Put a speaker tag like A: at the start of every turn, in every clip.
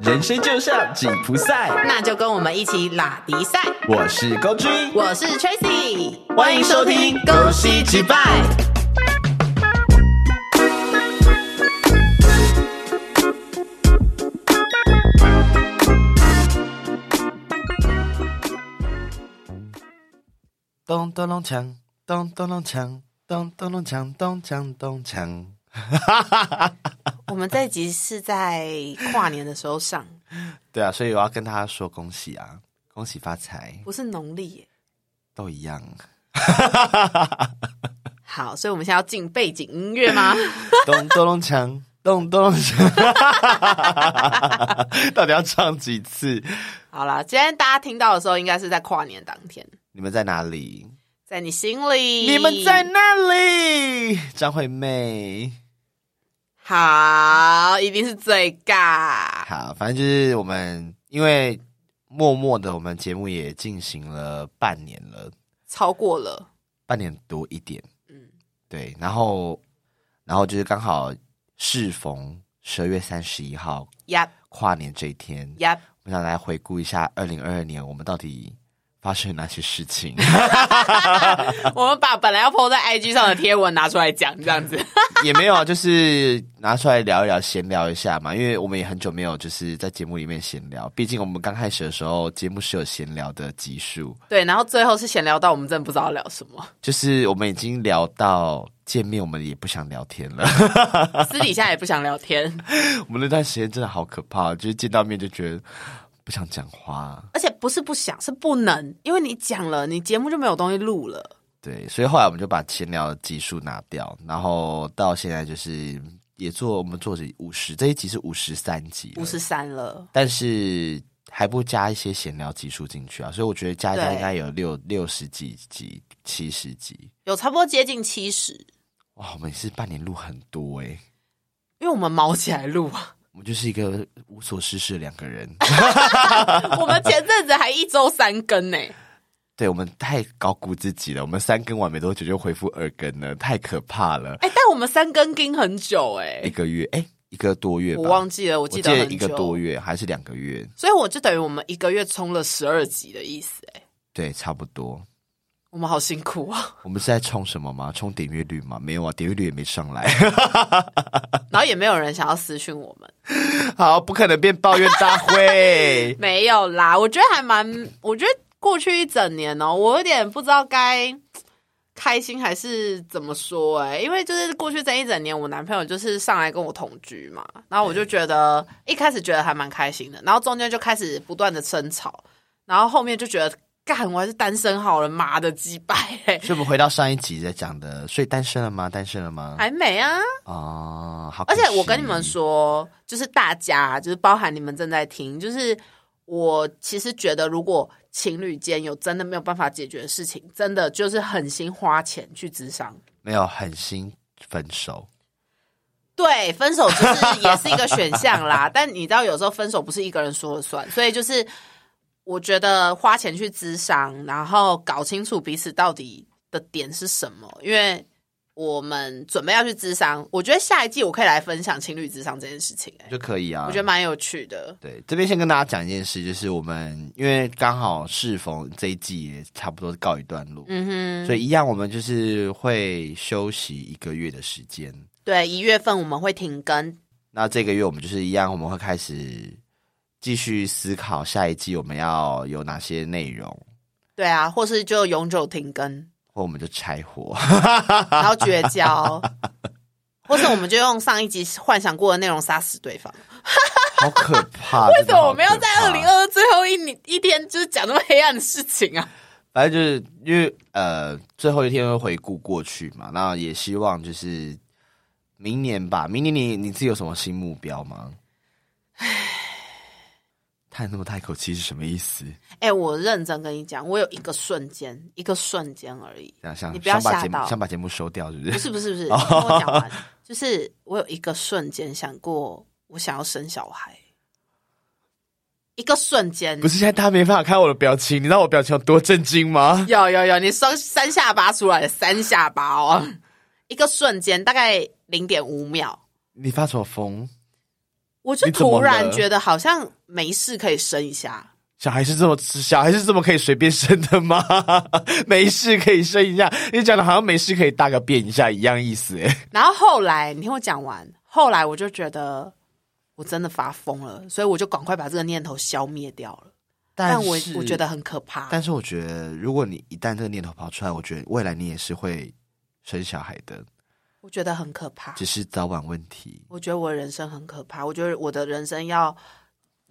A: 人生就像紧箍赛，
B: 那就跟我们一起拉迪赛。
A: 我是高君，
B: 我是 Tracy，
A: 欢迎收听
B: 《
A: 恭喜击败》。
C: 咚咚咚锵，咚咚咚锵，咚咚咚锵，咚锵咚锵。
B: 我们这一集是在跨年的时候上，
C: 对啊，所以我要跟大家说恭喜啊，恭喜发财，
B: 不是农历耶。
C: 都一样，
B: 好，所以我们现在要进背景音乐吗？
C: 咚咚咚锵，咚咚咚锵。 到底要唱几次？
B: 好啦，今天大家听到的时候，应该是在跨年当天，
C: 你们在哪里？
B: 在你心里。
C: 你们在那里？张惠妹。
B: 好，一定是最尬。
C: 好，反正就是我们，因为默默的，我们节目也进行了半年了。
B: 超过了，
C: 半年多一点，
B: 嗯
C: 嗯，对，然后然后就是刚好适逢十二月三十一号
B: 呀
C: 跨年这一天，
B: 呀，
C: 我想来回顾一下二零二二年我们到底发生了哪些事情。
B: 我们把本来要 PO 在 IG 上的贴文拿出来讲，这 样子。
C: 也没有啊，就是拿出来聊一聊，闲聊一下嘛，因为我们也很久没有就是在节目里面闲聊，毕竟我们刚开始的时候节目是有闲聊的集数，
B: 对，然后最后是闲聊到我们真的不知道聊什么，
C: 就是我们已经聊到见面，我们也不想聊天了。
B: 私底下也不想聊天。
C: 我们那段时间真的好可怕，就是见到面就觉得不想讲话。
B: 而且不是不想，是不能，因为你讲了，你节目就没有东西录了。
C: 对，所以后来我们就把闲聊的集数拿掉，然后到现在就是也做我们做着五十这一集是五十三集，
B: 五十，三了，
C: 但是还不加一些闲聊集数进去啊，所以我觉得加一加
B: 对
C: 应该有六六十几集、七十集。
B: 有差不多接近七十，
C: 哇，我们也是半年录很多诶、
B: 因为我们毛起来录 啊。
C: 我们就是一个无所事事的两个 人。
B: 我们前阵子还一周三更呢、
C: 对我们太高估自己了，我们三更完没多久就恢复二更了，太可怕了。
B: 哎、但我们三更盯很久哎、
C: 一个月，哎、一个多月吧，
B: 我忘记了，我
C: 我
B: 记
C: 记
B: 得很久，
C: 一个多月还是两个月，
B: 所以我就等于我们一个月冲了十二集的意思哎、
C: 对，差不多。
B: 我们好辛苦啊，
C: 我们是在冲什么吗？冲点阅率吗？没有啊，点阅率也没上来。
B: 然后也没有人想要私讯我们，。
C: 好，不可能变抱怨大会
B: 没有啦，我觉得还蛮，我觉得过去一整年哦、我有点不知道该开心还是怎么说哎、因为就是过去这一整年，我男朋友就是上来跟我同居嘛，然后我就觉得嗯一开始觉得还蛮开心的，然后中间就开始不断的争吵，然后后面就觉得干我还是单身好了，妈的鸡掰哎、
C: 所以我们回到上一集在讲的，所以单身了吗？单身了吗？
B: 还没啊！
C: 哦，好。
B: 而且我跟你们，说，就是大家，就是包含你们正在听，就是我其实觉得，如果情侣间有真的没有办法解决的事情，真的就是狠心花钱去咨商。
C: 没有狠心分手，
B: 对，分手就是也是一个选项 啦。但你知道，有时候分手不是一个人说了算，所以就是我觉得花钱去咨商，然后搞清楚彼此到底的点是什么。因为我们准备要去咨商，我觉得下一季我可以来分享情侣咨商这件事情、欸。
C: 就可以啊。
B: 我觉得蛮有趣的。
C: 对，这边先跟大家讲一件事，就是我们因为刚好适逢这一季也差不多告一段落，
B: 嗯哼，
C: 所以一样我们就是会休息一个月的时间。
B: 对，一月份我们会停更，
C: 那这个月我们就是一样，我们会开始继续思考下一季我们要有哪些内容，
B: 对啊，或是就永久停 更，
C: 或我们就拆伙。
B: 然后绝交，或是我们就用上一集幻想过的内容杀死对方。
C: 好可 怕！为
B: 为什么我们要在二零？二最后一年一天就是讲那么黑暗的事情啊？
C: 反正就是因为呃，最后一天会回顾过去嘛，那也希望就是明年吧。明年你你自己有什么新目标吗？叹那么大一口气是什么意思？
B: 哎、我认真跟你讲，我有一个瞬间，一个瞬间而已。
C: 想想
B: 你不要
C: 想把
B: 吓
C: 节目
B: 到
C: 想把节目收掉，是不
B: 不
C: 是？
B: 是不是不
C: 哦
B: 是，你听我讲完，就是我有一个瞬间想过，我想要生小孩，一个瞬间，
C: 不是现在大家没办法看我的表情，你知道我表情有多震惊吗？
B: 有有有，你双三下巴出来的三下巴哦，一个瞬间大概零点五秒，
C: 你发什么疯？
B: 我就
C: 你怎
B: 突
C: 么
B: 然
C: 了
B: 觉得好像没事可以生一下，
C: 小孩是这么小孩是这么可以随便生的吗？ 没事可以生一下，你讲的好像没事可以大个便一下一样意思哎。
B: 然后后来你听我讲完，后来我就觉得我真的发疯了，所以我就赶快把这个念头消灭掉了。但我
C: 是
B: 我觉得，很可怕，
C: 但是我觉得，如果你一旦这个念头跑出来，我觉得未来你也是会生小孩的，
B: 我觉得很可怕。
C: 只是早晚问题。
B: 我觉得我的人生很可怕，我觉得我的人生要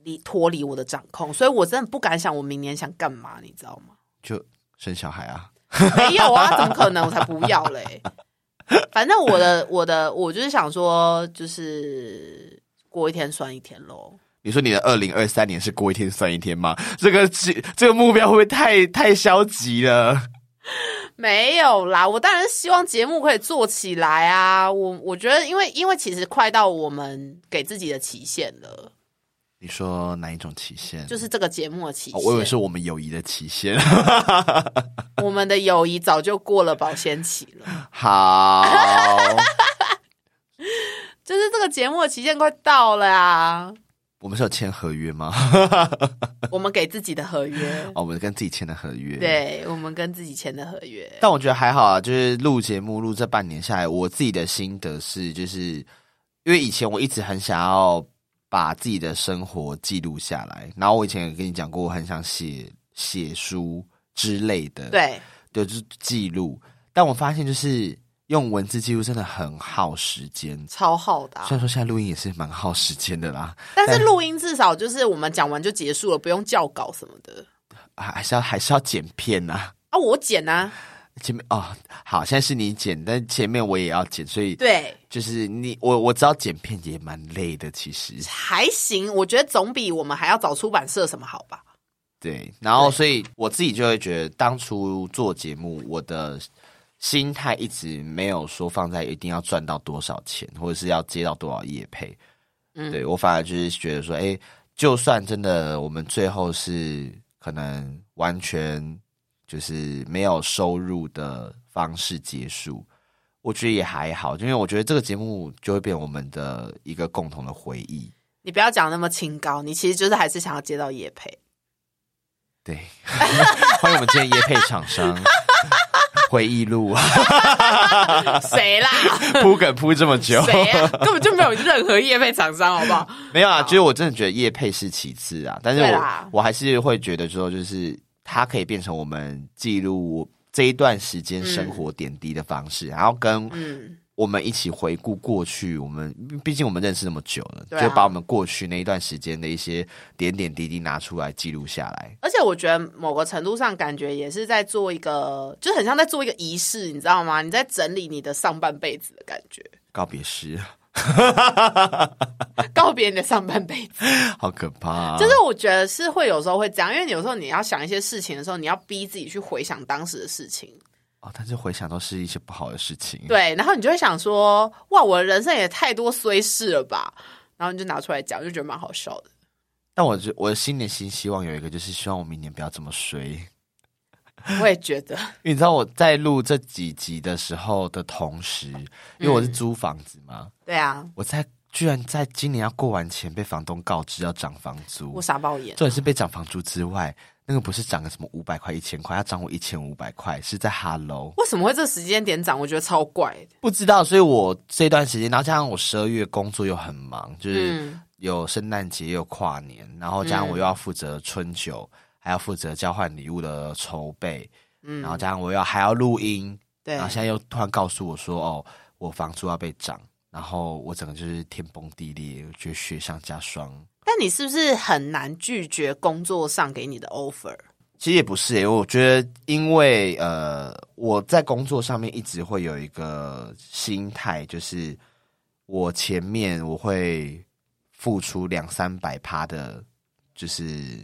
B: 离脱离我的掌控，所以我真的不敢想我明年想干嘛，你知道吗？
C: 就生小孩啊，
B: 没有啊，怎么可能？我才不要嘞！反正我的我的我就是想说，就是过一天算一天喽。
C: 你说你的二零二三年是过一天算一天吗？这个这个目标会不会太太消极了？
B: 没有啦，我当然是希望节目可以做起来啊！我我觉得，因为因为其实快到我们给自己的期限了，
C: 你说哪一种期限？
B: 就是这个节目的期
C: 哦
B: 限。
C: 我以为是我们友谊的期限。
B: 我们的友谊早就过了保鲜期了，
C: 好，
B: 就是这个节目的期限快到了啊！
C: 我们是有签合约 吗？
B: 我们给自己的合 约，
C: 哦，我们跟自己签的合约。。
B: 对我们跟自己签的合约，
C: 但我觉得还好啊，就是录节目录这半年下来，我自己的心得是，就是因为以前我一直很想要把自己的生活记录下来，然后我以前也跟你讲过，我很想写写书之类的，，
B: 对，
C: 对，就是记录。但我发现，就是用文字记录真的很耗时间。
B: 超好的啊、
C: 虽然说现在录音也是蛮耗时间的啦，
B: 但是录音至少就是我们讲完就结束了，不用校稿什么的
C: 还还是要还是要剪片呐、
B: 啊，我剪啊，
C: 前面哦，好，现在是你剪，但前面我也要剪，所以
B: 对，
C: 就是你我我知道剪片也蛮累的，其实
B: 还行，我觉得总比我们还要找出版社什么好吧。
C: 对。然后，所以我自己就会觉得，当初做节目，我的心态一直没有说放在一定要赚到多少钱，或者是要接到多少业配。
B: 嗯
C: 对我反而就是觉得说，哎，就算真的我们最后是可能完全就是没有收入的方式结束。我觉得也还好，因为我觉得这个节目就会变我们的一个共同的回忆。
B: 你不要讲那么清高，你其实就是还是想要接到叶配。
C: 对， 欢迎我们今天夜配厂商回忆录，啊
B: 谁啦？
C: 铺梗铺这么久，
B: 谁啊？根本就没有任何叶配厂商，好不好？
C: 没有啊？就是我真的觉得夜配是其次啊，但是
B: 对
C: 我
B: 啦
C: 我还是会觉得说，就是它可以变成我们记录这一段时间生活点滴的方式，然后跟
B: 嗯，
C: 我们一起回顾过去，我们毕竟我们认识那么久了，
B: 对啊
C: 就把我们过去那一段时间的一些点点滴滴拿出来记录下来。
B: 而且我觉得某个程度上，感觉也是在做一个，就是很像在做一个仪式，你知道吗？你在整理你的上半辈子的感觉，
C: 告别诗，
B: 告别你的上半辈子。
C: 好可怕、啊！
B: 就是我觉得是会有时候会这样，因为有时候你要想一些事情的时候，你要逼自己去回想当时的事情，
C: 哦，但是回想都是一些不好的事情。
B: 对，然后你就会想说，哇，我的人生也太多衰事了吧？然后你就拿出来讲，就觉得蛮好笑 的。
C: 但我觉我的新年新希望有一个，就是希望我明年不要这么衰。因
B: 我也觉得，
C: 为你知道我在录这几集的时候的同时，因为我是租房子嘛，
B: 对啊，
C: 我在居然在今年要过完前被房东告知要涨房租
B: 我，傻爆眼。
C: 重点是被涨房租之外，那个不是涨个什么五百块、一千块，要涨我一千五百块，是在 Hello
B: 为什么会这时间点涨？我觉得超怪的。
C: 不知道，所以我这段时间，然后加上我十二月工作又很忙，就是
B: 嗯
C: 有圣诞节又跨年，然后加上我又要负责春酒，还要负责交换礼物的筹备，然后加上我要还要录音，
B: 嗯对
C: 然啊后现在又突然告诉我说，哦，我房租要被涨，然后我整个就是天崩地裂，我觉得雪上加霜。
B: 但你是不是很难拒绝工作上给你的 offer？
C: 其实也不是、欸，我觉得因为呃，我在工作上面一直会有一个心态，就是我前面我会付出两三百趴的，就是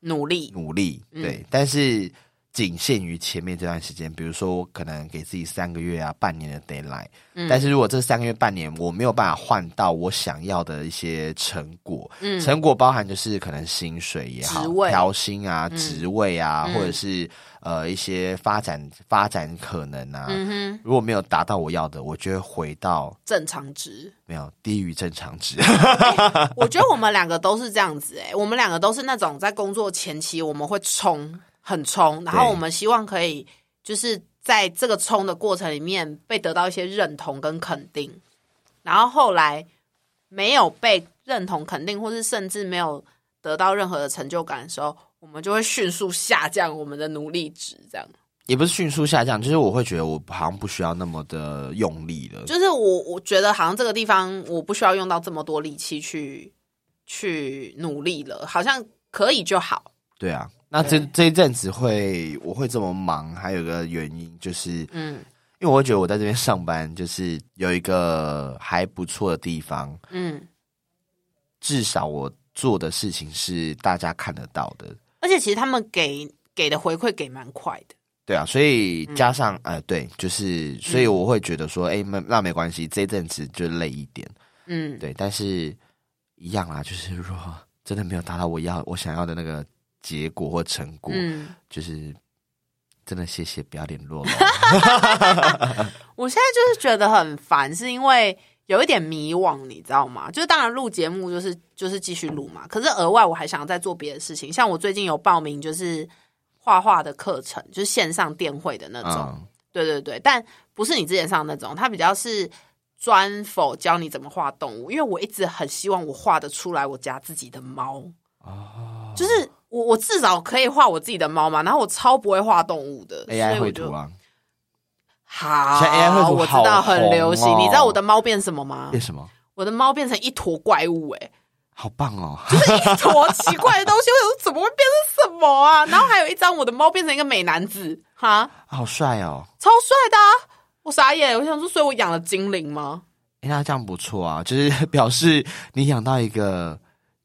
B: 努力，嗯
C: 努力，对，但是仅限于前面这段时间，比如说我可能给自己三个月啊、半年的 d a y l i g h t
B: 嗯
C: 但是如果这三个月、半年我没有办法换到我想要的一些成果，
B: 嗯
C: 成果包含就是可能薪水也好
B: 职位、
C: 调薪啊、职位啊，
B: 嗯
C: 或者是呃一些发展发展可能啊，
B: 嗯哼，
C: 如果没有达到我要的，我就会回到
B: 正常值。
C: 没有低于正常值。
B: 我觉得我们两个都是这样子、欸，我们两个都是那种在工作前期我们会冲，很冲，然后
C: 对
B: 我们希望可以就是在这个冲的过程里面被得到一些认同跟肯定，然后后来没有被认同肯定，或是甚至没有得到任何的成就感的时候，我们就会迅速下降我们的努力值，这样。
C: 也不是迅速下降，就是我会觉得我好像不需要那么的用力了。
B: 就是我我觉得好像这个地方我不需要用到这么多力气去去努力了，好像可以就好。
C: 对啊，那这这一阵子会我会这么忙，还有一个原因就是
B: 嗯
C: 因为我会觉得我在这边上班，就是有一个还不错的地方，
B: 嗯，
C: 至少我做的事情是大家看得到的。
B: 而且其实他们给给的回馈给蛮快的。
C: 对啊，所以加上、呃，对，就是所以我会觉得说，哎、那那没关系，这一阵子就累一点。
B: 嗯，
C: 对，但是一样啦，就是 如果真的没有达到我要我想要的那个结果或成果，
B: 嗯，
C: 就是真的谢谢，不要联络了。
B: 我现在就是觉得很烦，是因为有一点迷惘，你知道吗？就是当然录节目就是就是继续录嘛，可是额外我还想再做别的事情，像我最近有报名就是画画的课程，就是线上电绘的那种。
C: 嗯，
B: 对对对，但不是你之前上的那种，它比较是专否教你怎么画动物，因为我一直很希望我画得出来我家自己的猫，
C: 哦
B: 就是我我至少可以画我自己的猫嘛，然后我超不会画动物的
C: ，AI
B: 所以我
C: 绘
B: 就
C: 图啊，
B: 好，
C: 现在 AI 绘图
B: 我知
C: 好
B: 道很流行，
C: 红哦
B: 你知道我的猫变什么吗
C: 哎为？什么？
B: 我的猫变成一坨怪物、欸，
C: 好棒哦！
B: 一坨奇怪的东西，我想说怎么会变成什么啊？然后还有一张我的猫变成一个美男子，哈，
C: 好帅哦！
B: 超帅的、啊，我傻眼，我想说，所以我养了精灵吗？
C: 哎、那这样不错啊，就是 表示你养到一个，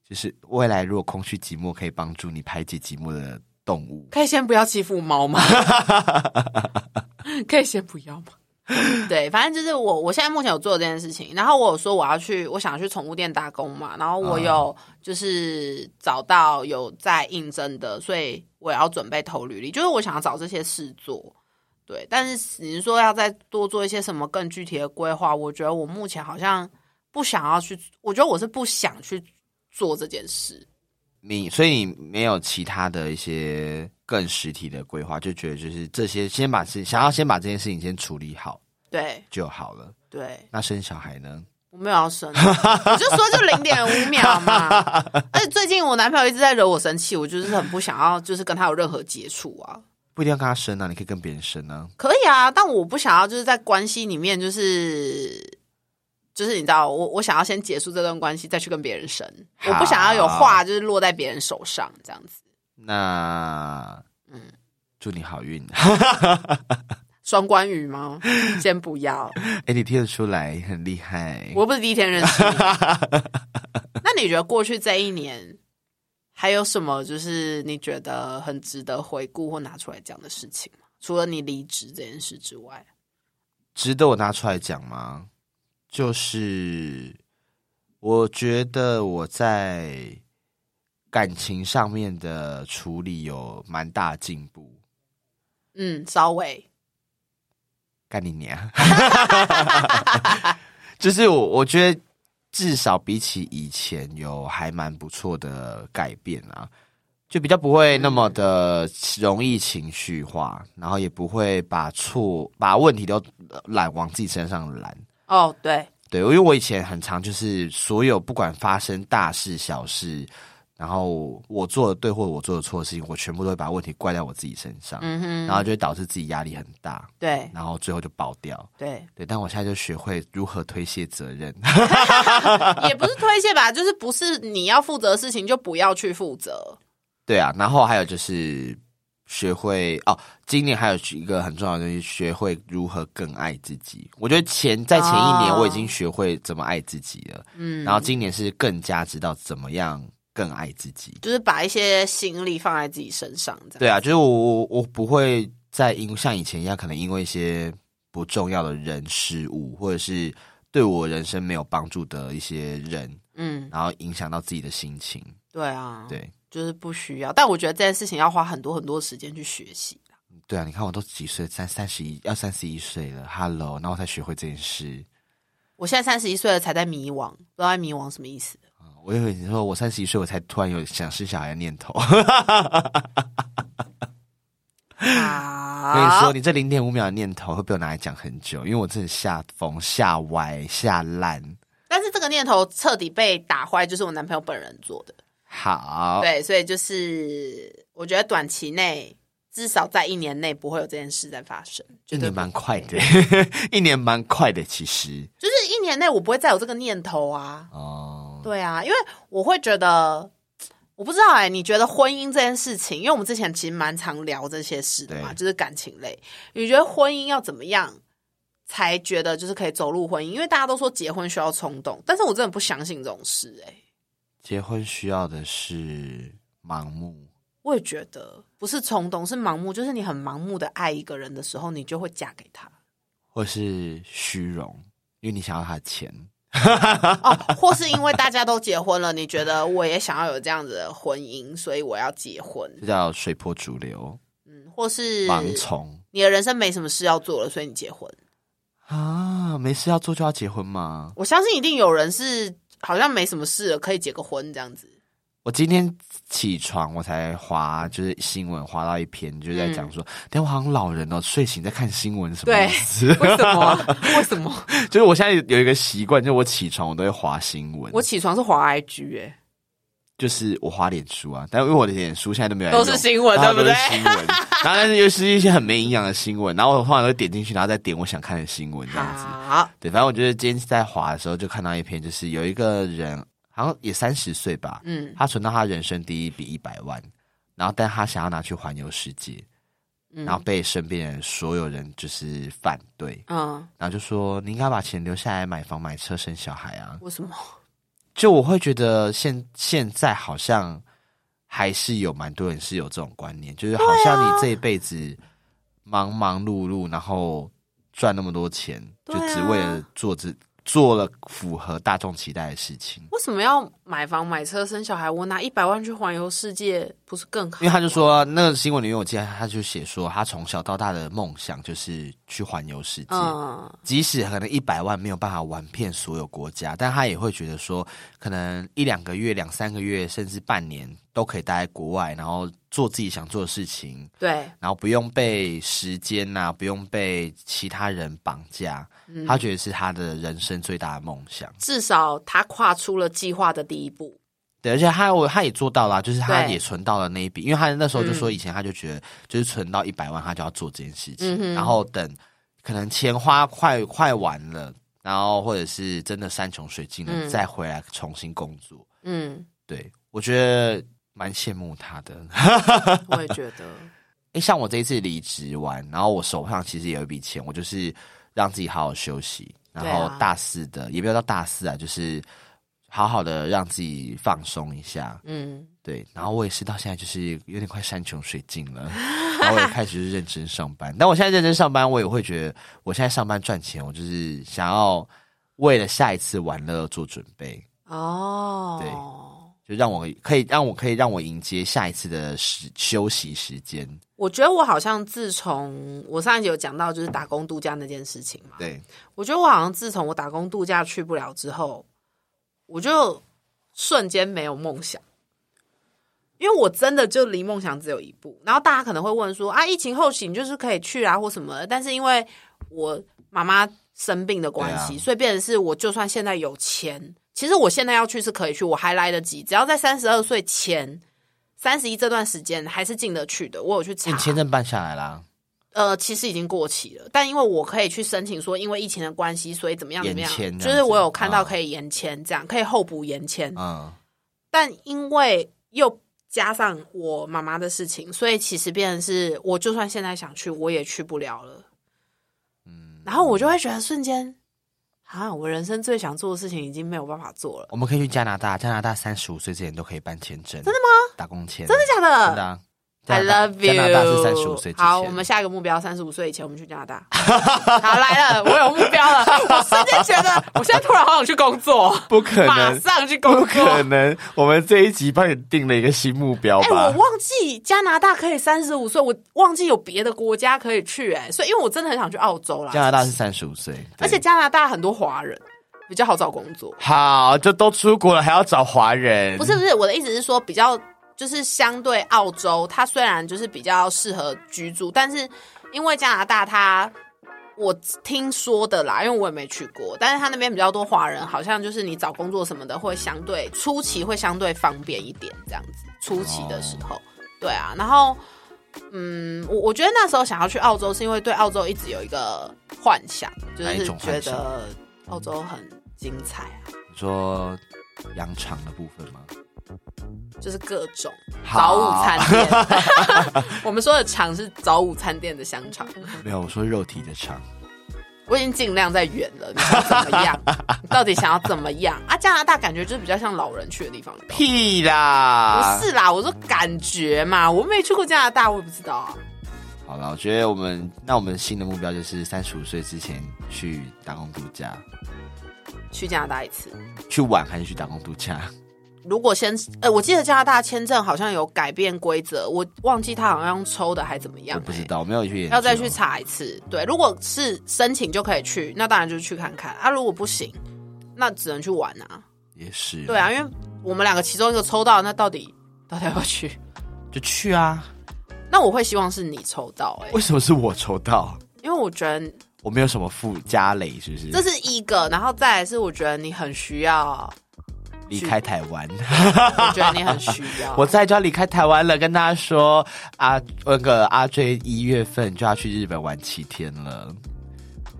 C: 就是未来如果空虚寂寞，可以帮助你排解寂寞的动物。
B: 可以先不要欺负猫 吗？可以先不要吗？对，反正就是我，我现在目前有做这件事情，然后我有说我要去，我想去宠物店打工嘛，然后我有就是找到有在应征的，所以我也要准备投履历，就是我想要找这些事做。对，但是你是说要再多做一些什么更具体的规划？我觉得我目前好像不想要去，我觉得我是不想去做这件事。
C: 你所以你没有其他的一些更实体的规划，就觉得就是这些先把事想要先把这件事情先处理好
B: 对
C: 就好了。
B: 对，
C: 那生小孩呢？
B: 我没有要生，啊我就说就零点五秒嘛。而且最近我男朋友一直在惹我生气，我就是很不想要，就是跟他有任何接触啊。
C: 不一定要跟他生啊，你可以跟别人生啊。
B: 可以啊，但我不想要就是在关系里面，就是就是你知道，我我想要先结束这段关系，再去跟别人生。
C: 好
B: 我不想要有话就是落在别人手上这样子。
C: 那
B: 嗯
C: 祝你好运。
B: 双关语吗？先不要，
C: 哎、你听得出来，很厉害。
B: 我又不是第一天认 识你。那你觉得过去这一年还有什么就是你觉得很值得回顾或拿出来讲的事情吗？除了你离职这件事之外，
C: 值得我拿出来讲吗？就是我觉得我在感情上面的处理有蛮大进步。
B: 嗯，稍微，
C: 干你娘！ 就是我，我觉得至少比起以前有还蛮不错的改变啊，就比较不会那么的容易情绪化，然后也不会把错把问题都揽往自己身上揽。
B: 哦，对，
C: 对，因为我以前很常就是所有不管发生大事小事，然后我做的对或我做的错的事情，我全部都会把问题怪在我自己身上，
B: 嗯哼，
C: 然后就会导致自己压力很大，
B: 对
C: 然后最后就爆掉。
B: 对，
C: 对，但我现在就学会如何推卸责任。
B: 也不是推卸吧，就是不是你要负责的事情就不要去负责。
C: 对啊，然后还有就是学会哦，今年还有一个很重要的东西，学会如何更爱自己。我觉得前在前一年
B: 哦
C: 我已经学会怎么爱自己了，
B: 嗯，
C: 然后今年是更加知道怎么样更爱自己。
B: 就是把一些心力放在自己身上，这样
C: 对啊，就是我我我不会再因像以前一样，可能因为一些不重要的人事物，或者是对我人生没有帮助的一些人，
B: 嗯，
C: 然后影响到自己的心情。
B: 对啊，，
C: 对
B: 就是不需要。但我觉得这件事情要花很多很多时间去学习。
C: 对啊，你看我都几岁，三三十一要三十一岁了，Hello，那我才学会这件事。
B: 我现在三十一岁了，才在迷惘，不知道在迷惘什么意思。
C: 啊我以为你说我三十一岁，我才突然有想生小孩的念头。 我跟你
B: 啊
C: 说，，你这零点五秒的念头会被我拿来讲很久，因为我真的吓疯、吓歪、吓烂。
B: 但是这个念头彻底被打坏，就是我男朋友本人做的。
C: 好，
B: 对，所以就是我觉得短期内，至少在一年内不会有这件事再发生。
C: 一
B: 绝对
C: 年
B: 不会
C: 蛮快的， 一年蛮快的，其实
B: 就是一年内我不会再有这个念头啊。
C: 哦，
B: 对啊，因为我会觉得，我不知道哎、你觉得婚姻这件事情，因为我们之前其实蛮常聊这些事的嘛，
C: 对
B: 就是感情类。你觉得婚姻要怎么样才觉得就是可以走入婚姻？因为大家都说结婚需要冲动，但是我真的不相信这种事哎、
C: 结婚需要的是盲目，
B: 我也觉得不是冲动，是盲目，就是你很盲目的爱一个人的时候，你就会嫁给 他
C: 或是虚荣，因为你想要他的钱。
B: 哦，或是因为大家都结婚了，你觉得我也想要有这样子的婚姻，所以我要结婚，
C: 这叫随波逐流、
B: 嗯，或是
C: 盲从
B: 你的人生没什么事要做了，所以你结婚。
C: 啊！没事要做就要结婚吗？
B: 我相信一定有人是好像没什么事了，可以结个婚这样子。
C: 我今天起床我才划，就是新闻划到一篇，就在讲说，等一下我好像老人哦，睡醒在看新闻什么
B: 对
C: 意思？
B: 为什么？为什么？
C: 就是我现在有一个习惯，就是我起床我都会划新闻，
B: 我起床是滑 IG 哎、
C: 就是我划脸书啊，但因为我的脸书现在都没有人
B: 都
C: 用
B: 是新闻
C: 然后
B: 对不
C: 都
B: 对
C: 是新 闻，然后但是又是一些很没营养的新闻，然后我通常会点进去，然后再点我想看的新闻这样子。
B: 好，
C: 对，反正我觉得今天在滑的时候就看到一篇，就是有一个人好像也三十岁吧，
B: 嗯
C: 他存到他人生第一笔一百万，然后但他想要拿去环游世界，
B: 嗯
C: 然后被身边人所有人就是反对，
B: 嗯，
C: 然后就说你应该把钱留下来买房买车生小孩啊。
B: 为什么？
C: 就我会觉得现现在好像还是有蛮多人是有这种观念，就是好像你这
B: 啊
C: 一辈子忙忙碌碌，然后赚那么多钱，
B: 对
C: 就
B: 啊
C: 只为了做这做了符合大众期待的事情。
B: 为什么要买房买车生小孩？我拿一百万去环游世界，不是更好吗？
C: 因为他就说，那个新闻里面我记得他就写说，他从小到大的梦想就是去环游世界。
B: 嗯，
C: 即使可能一百万没有办法玩遍所有国家，但他也会觉得说，可能一两个月、两三个月，甚至半年都可以待在国外，然后做自己想做的事情，
B: 对，
C: 然后不用被时间呐、不用被其他人绑架。他觉得是他的人生最大的梦想。
B: 至少他跨出了计划的第一步。
C: 对，而且他我他也做到啦，就是他
B: 对
C: 也存到了那一笔，因为他那时候就说
B: 嗯
C: 以前他就觉得，就是存到一百万他就要做这件事
B: 嗯
C: 情，
B: 哼
C: 然后等可能钱花快快完了，然后或者是真的山穷水尽了，
B: 嗯
C: 再回来重新工作。
B: 嗯，
C: 对我觉得蛮羡慕他的。
B: 我也觉 得，
C: 诶，像我这一次离职完，然后我手上其实也有一笔钱，我就是让自己好好休息，然
B: 对
C: 后
B: 啊
C: 大四的、也不要到大四啊，就是好好的让自己放松一下，
B: 嗯，
C: 对，然后我也是到现在就是有点快山穷水尽了，然后我也开始就是认真上班。但我现在认真上班，我也会觉得我现在上班赚钱，我就是想要为了下一次玩乐做准备，
B: 哦，
C: 就让我可以让我可以让我迎接下一次的时休息时间。
B: 我觉得我好像自从我上一集有讲到就是打工度假那件事情嘛，
C: 对，
B: 我觉得我好像自从我打工度假去不了之后，我就瞬间没有梦想，因为我真的就离梦想只有一步。然后大家可能会问说啊，疫情后期你就是可以去啊或什么的，但是因为我妈妈生病的关系，
C: 对啊
B: 所以变成是我就算现在有钱，其实我现在要去是可以去，我还来得及，只要在三十二岁前。三十一这段时间还是进得去的，我有去查。
C: 你签证办下来啦，
B: 呃，其实已经过期了，但因为我可以去申请说，因为疫情的关系，所以怎么样怎么
C: 延
B: 样，
C: 签这
B: 就
C: 样
B: 是我有
C: 子
B: 看到
C: 啊
B: 可以延签，这样、可以候补延签。
C: 嗯，
B: 但因为又加上我妈妈的事情，所以其实变成是我就算现在想去，我也去不了了。嗯，然后我就会觉得瞬间啊，我人生最想做的事情已经没有办法做了，
C: 我们可以去加拿大，加拿大三十五岁之前都可以办签证。真的吗？打工签？真的
B: 真的假
C: 真的
B: 的
C: 啊加
B: ？I
C: 拿大
B: love you。
C: 加拿大是三十五岁之前。
B: 好，我们下一个目标，三十五岁以前我们去加拿大。好，来了，我有目标 了。我瞬间觉得，我现在突然好想去工作，
C: 不可
B: 马
C: 能，
B: 上去
C: 不
B: 工
C: 可
B: 作。
C: 能，我们这一集帮你定了一个新目标
B: 哎、
C: 吧
B: 我？忘记加拿大可以三十五岁，我忘记有别的国家可以去、哎，所以因为我真的很想去澳洲啦。
C: 加拿大是三十五岁，对
B: 而且加拿大很多华人，比较好找工作。
C: 好，就都出国了，还要找华人？
B: 不是不是，我的意思是说，比较就是相对澳洲，它虽然就是比较适合居住，但是因为加拿大它。我听说的啦，因为我也没去过，但是它那边比较多华人，好像就是你找工作什么的会相对初期会相对方便一点，这样子初期的时
C: 哦
B: 候，对啊，然后嗯，我我觉得那时候想要去澳洲，是因为对澳洲一直有一个幻想，就
C: 哪一
B: 是
C: 种
B: 觉
C: 幻想
B: 得澳洲很精彩啊，
C: 你说羊场的部分吗？
B: 就是各种早
C: 好
B: 午餐 店。 我们说的肠是早午餐店的香肠，
C: 没有，我说肉体的场。
B: 我已经尽量在远了，你想怎么 样？你到底想要怎么样啊？加拿大感觉就是比较像老人去的地方。
C: 屁啦！
B: 不是啦，我说感觉嘛，我没去过加拿大，我也不知道啊。
C: 好了，我觉得我们那我们新的目标就是三十五岁之前去打工度假，
B: 去加拿大一次，
C: 去玩还是去打工度假？
B: 如果先，呃，我记得加拿大签证好像有改变规则，我忘记他好像抽的还怎么样、
C: 我不知道，我没有去研究。
B: 要再去查一次。对，如果是申请就可以去，那当然就是去看看啊。如果不行，那只能去玩啊。
C: 也是
B: 对，啊，因为我们两个其中一个抽到，那到底到底要不要去？
C: 就去啊！
B: 那我会希望是你抽到、欸，哎，
C: 为什么是我抽到？
B: 因为我觉得
C: 我没有什么附加累，是不是？
B: 这是一个，然后再来是我觉得你很需要，
C: 离开台湾，
B: 我觉得你很需要。
C: 我在就要离开台湾了。跟大家说，阿那个阿追一月份就要去日本玩七天了，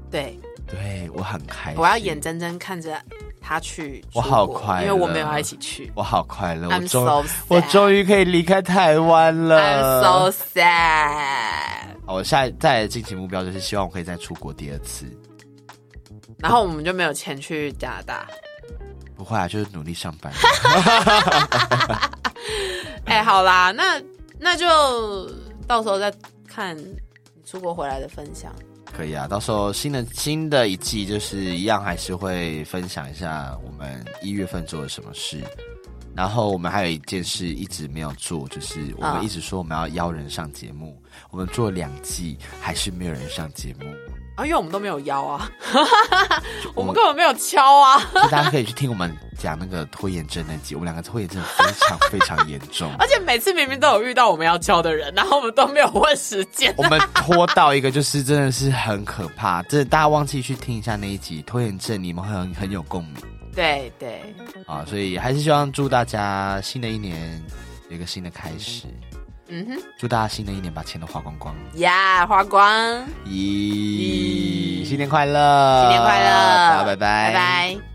B: 对，
C: 对我很开心，
B: 我要眼睁睁看着他去出
C: 我
B: 国，
C: 好快
B: 因为我
C: 乐
B: 没有要一起去。
C: 我好快乐，我
B: I'm
C: 终
B: so
C: 我
B: sad
C: 终于可以离开台湾了。
B: I'm so sad。
C: 好，我下再来的近期目标就是希望我可以再出国第二次。
B: 然后我们就没有钱去加拿大。
C: 不会啊，就是努力上班。
B: 哎、好啦，那那就到时候再看你出国回来的分享。
C: 可以啊，到时候新的新的一季就是一样，还是会分享一下我们一月份做了什么事。然后我们还有一件事一直没有做，就是我
B: 啊
C: 们一直说我们要邀人上节目，我们做两季还是没有人上节目，
B: 啊，因为我们都没有邀啊，
C: 我
B: 我们
C: 们
B: 根本没有敲啊，
C: 所以大家可以去听我们讲那个拖延症那集，我们两个拖延症非常非常严重。
B: 而且每次明明都有遇到我们要敲的人，然后我们都没有问时间。
C: 我们拖到一个就是真的是很可怕，真的大家忘记去听一下那一集拖延症，你们会很很有共鸣
B: 对对，
C: 啊！所以还是希望祝大家新的一年有一个新的开始，
B: 嗯哼，
C: 祝大家新的一年把钱都花光光。
B: 呀、花光，
C: 咦，
B: 咦
C: 新年快乐！
B: 新年快乐，
C: 呃大家拜拜，
B: 拜拜。